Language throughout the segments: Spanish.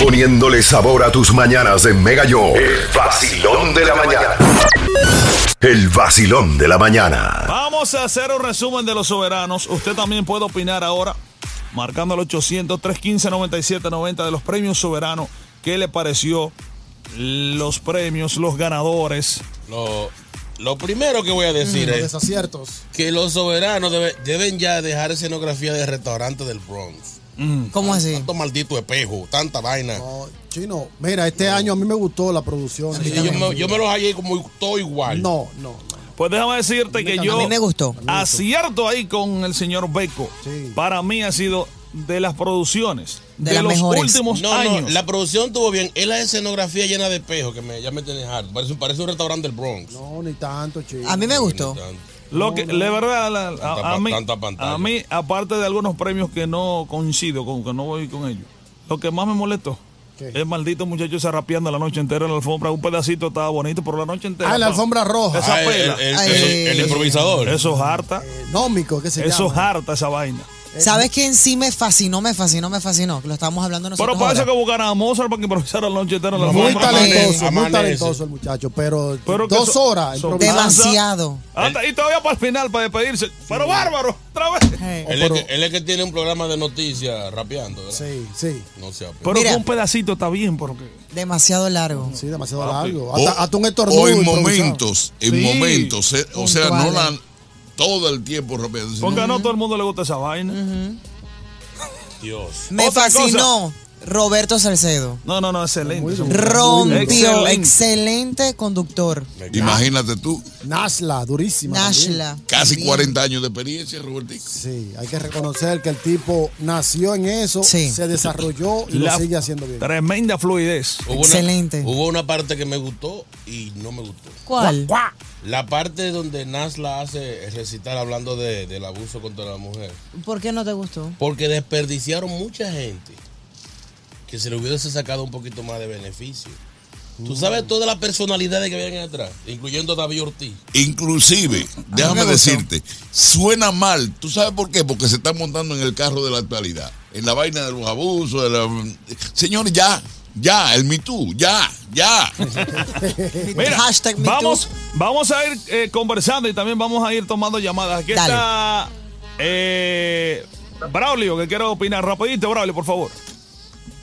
Poniéndole sabor a tus mañanas en Mega Yo. El vacilón de la mañana. El vacilón de la mañana. Vamos a hacer un resumen de los soberanos. Usted también puede opinar ahora, marcando el 800 315 9790 de los premios soberanos. ¿Qué le pareció los premios, los ganadores? Lo, lo primero que voy a decir Los es desaciertos. que los soberanos debe- deben ya dejar escenografía de restaurante del Bronx. ¿Cómo así? Tanto maldito espejo, tanta vaina. No, chino, mira, este año a mí me gustó la producción. Y yo, me, yo me los hallé como todo igual. No, no, no. Pues déjame decirte que yo A mí me gustó. acierto ahí con el señor Beco. Sí. Para mí ha sido de las producciones De de, las los mejores. últimos No, no, años. la producción estuvo bien. Es la escenografía llena de espejo que me, ya me tiene harto. Parece, parece un restaurante del Bronx. No, ni tanto, chino. A mí me gustó. Lo que, la verdad, la- a- Tanta a, pa- mí, tanta pantalla. a mí, aparte de algunos premios que no coincido con, que no voy con ellos, lo que más me molestó ¿Qué? es maldito muchacho se rapeando la noche entera en la alfombra. Un pedacito estaba bonito, pero la noche entera. Ah, la pa- alfombra roja. Esa Ah, el, pela. el- el- Ay. el improvisador. Eso es harta. Nómico, ¿qué se Eso es llama? harta esa vaina. ¿Sabes quién sí me fascinó, me fascinó, me fascinó? Que Lo estábamos hablando nosotros Pero para eso que ahora. buscaran a Mozart para que improvisara la noche entera en la Muy Muy alfombra. talento. talentoso, muy Amanece. talentoso el muchacho, pero, Pero que dos so- horas. so- improvisando. Demasi- Demasiado. Hasta- y todavía para el final, para despedirse. Pero bárbaro, otra vez. Hey. Él, es Pero- que, él es que tiene un programa de noticias rapeando. ¿verdad? Sí, sí, No se apela. Pero Mira. con un pedacito está bien, porque. Demasiado largo. sí, demasiado Papi. Oh, largo. O- Hasta, hasta un estornudo. O en improvisado. momentos, en Sí. momentos. eh, O sea, no Puntuales. la, todo el tiempo rapeando. sino- Porque a no todo el mundo le gusta esa vaina. Dios. Me Otra fascinó Roberto Salcedo. No, no, no, excelente. Rompió, Excelente. excelente conductor. Imagínate tú, Nasla, durísima. también. Nashla. casi Bien. 40 años de experiencia, Robertico. Sí, hay que reconocer que el tipo nació en eso, Sí. se desarrolló y La lo sigue haciendo bien. Tremenda fluidez. Hubo una- Excelente. hubo una parte que me gustó y no me gustó. ¿Cuál? La parte donde Nasla hace recitar hablando de- del abuso contra la mujer. ¿Por qué no te gustó? Porque desperdiciaron mucha gente que se le hubiese sacado un poquito más de beneficio. Mm. Tú sabes todas las personalidades que vienen atrás, incluyendo a David Ortiz. Inclusive, déjame me gustó. decirte, suena mal. ¿Tú sabes por qué? Porque se está montando en el carro de la actualidad. En la vaina de los abusos. De la... Señores, ya, ya, el Me Too, ya, ya. Mira, Hashtag me vamos, too. vamos a ir eh, conversando y también vamos a ir tomando llamadas. Aquí Dale. está eh, Braulio, que quiero opinar. Rapidito, Braulio, por favor.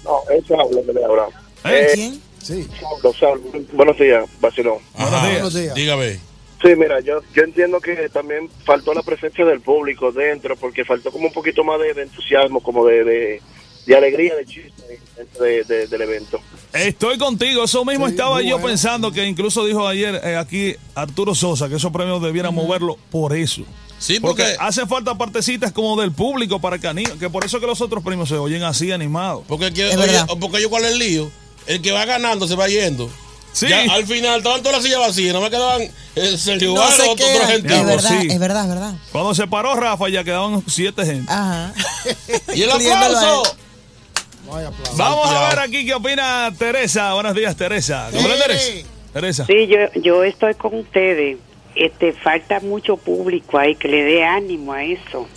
No, eso habla de ahora. Eh, ¿Quién? Sí. O sea, buenos días, vacilón. Buenos días. buenos días. Dígame. Sí, mira, yo, yo entiendo que también faltó la presencia del público dentro, porque faltó como un poquito más de, de entusiasmo, como de, de, de alegría, de chiste dentro de- de- del evento. Estoy contigo, eso mismo Sí, estaba muy yo bueno. pensando que incluso dijo ayer eh, aquí Arturo Sosa que esos premios debieran moverlo por eso. Sí, Porque porque, hace falta partecitas como del público para que anime, que por eso que los otros premios se oyen así animados. porque, el que- Es oye, verdad. o porque yo cuál es el lío. El que va ganando se va yendo. Sí. Ya, al final estaban todas las sillas vacías, no me quedaban eh, Sergio No Vargas, se otro, queda. otra Es gente. Digo, verdad, sí. es verdad, es verdad. Cuando se paró Rafa ya quedaban siete gente. Ajá. Y el Incluyéndolo a él. aplauso. No hay aplauso. Vamos a Santiago. ver aquí qué opina Teresa. Buenos días, Teresa. ¿Cómo estás, Teresa? Teresa. Sí, yo, yo estoy con ustedes. Este, falta mucho público ahí que le dé ánimo a eso.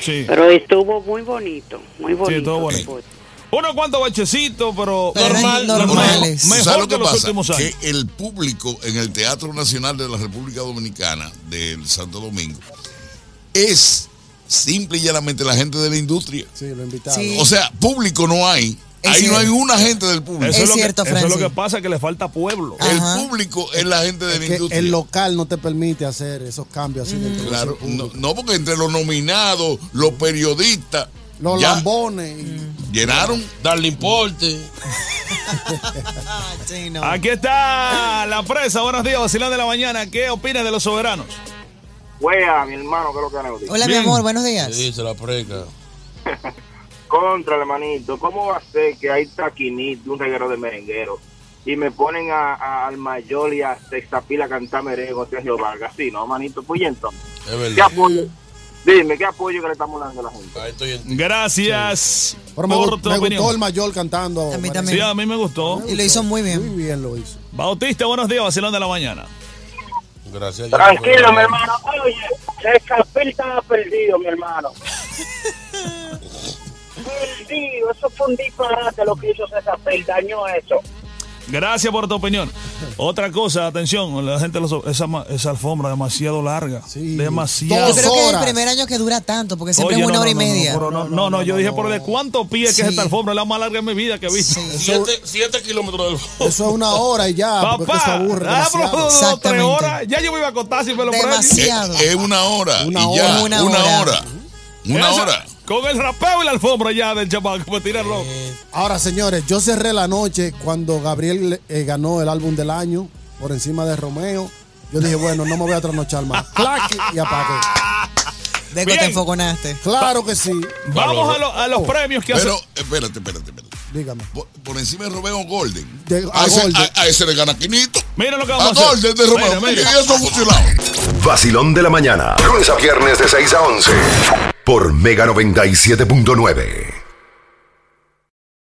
Sí. Pero estuvo muy bonito, muy bonito. estuvo bonito. pues. Uno cuantos bachecitos, pero Pero Normal, normales. normal. ¿Sabes Mejor lo que que los pasa? últimos años. Que el público en el Teatro Nacional de la República Dominicana, del Santo Domingo, es simple y llanamente la gente de la industria. Sí, lo invitamos. Sí. O sea, público no hay. Es Ahí cierto. no hay una gente del público. Es Eso lo que- cierto, Eso es lo Francis. que pasa, que le falta pueblo. Ah. El Ajá. público es la gente de la que industria. el local no te permite hacer esos cambios así Mm. dentro del Claro, no, público. no, porque entre los nominados, los periodistas, Los ya lambones. y- Mm. llenaron. Darle importe. Ah, Sí, no. Aquí está la presa. Buenos días, vacilón de la mañana. ¿Qué opinas de los soberanos? Wea, mi hermano, que lo que nos Hola, Bien. mi amor, buenos días. Sí, se la preca. Contra, hermanito, ¿cómo va a ser que hay taquinito, un reguero de merenguero, y me ponen al mayor y a Sextapila a cantar merengue, Sergio Vargas? Sí, no, manito, pues entonces. Es verdad. ¿Qué apoyo? Dime, ¿qué apoyo que le estamos dando a la gente? Ahí estoy en- Gracias Pero me, por gu- tu me opinión. gustó el mayor cantando. A mí Vanessa. también. Sí, a mí me gustó. Y lo hizo muy bien. Muy bien lo hizo. Bautista, buenos días, vacilón de la mañana. Gracias. a Dios. Tranquilo, mi hermano. Oye, el capil estaba perdido, mi hermano. perdido. Eso fue un disparate lo que hizo César Pérez. Dañó eso. Gracias por tu opinión. Otra cosa, atención, la gente, lo so- esa, ma- esa alfombra demasiado larga. demasiado. Yo creo que es el horas. primer año que dura tanto, porque siempre Oye, es una no, hora y no, no, media. No, pero no, no, no, yo dije por el de cuánto pie que es Sí. esta alfombra, es la más larga de mi vida que he visto. Siete, siete kilómetros del fondo. Eso es una hora y ya. Ah, porque se Papá, aburre hablo demasiado. dos, dos, tres Exactamente. horas. Ya yo me iba a acostar si me lo prenden. Demasiado. Es, es una hora. Una y hora. ya, Una una, hora. hora. Una Eso, hora. Con el rapeo y la alfombra ya del chamaco, pues tirarlo. Eh, Ahora, señores, yo cerré la noche cuando Gabriel eh, ganó el álbum del año por encima de Romeo. Yo dije, bueno, no me voy a trasnochar más. Clac y apagué. De que Bien. te enfoconaste. Claro que sí. Vamos a, lo- a Oh. los premios que Pero, hacen. espérate, espérate, espérate. Dígame. Por, por encima de Romeo Golden. De- a, a ese, Golden. a- a ese le gana Quinito. Mira lo que A vamos a hacer. Golden de Romeo. Mira, mira. Y eso ha funcionado. Vacilón de la mañana. Lunes a viernes de 6 a 11. Por Mega 97.9.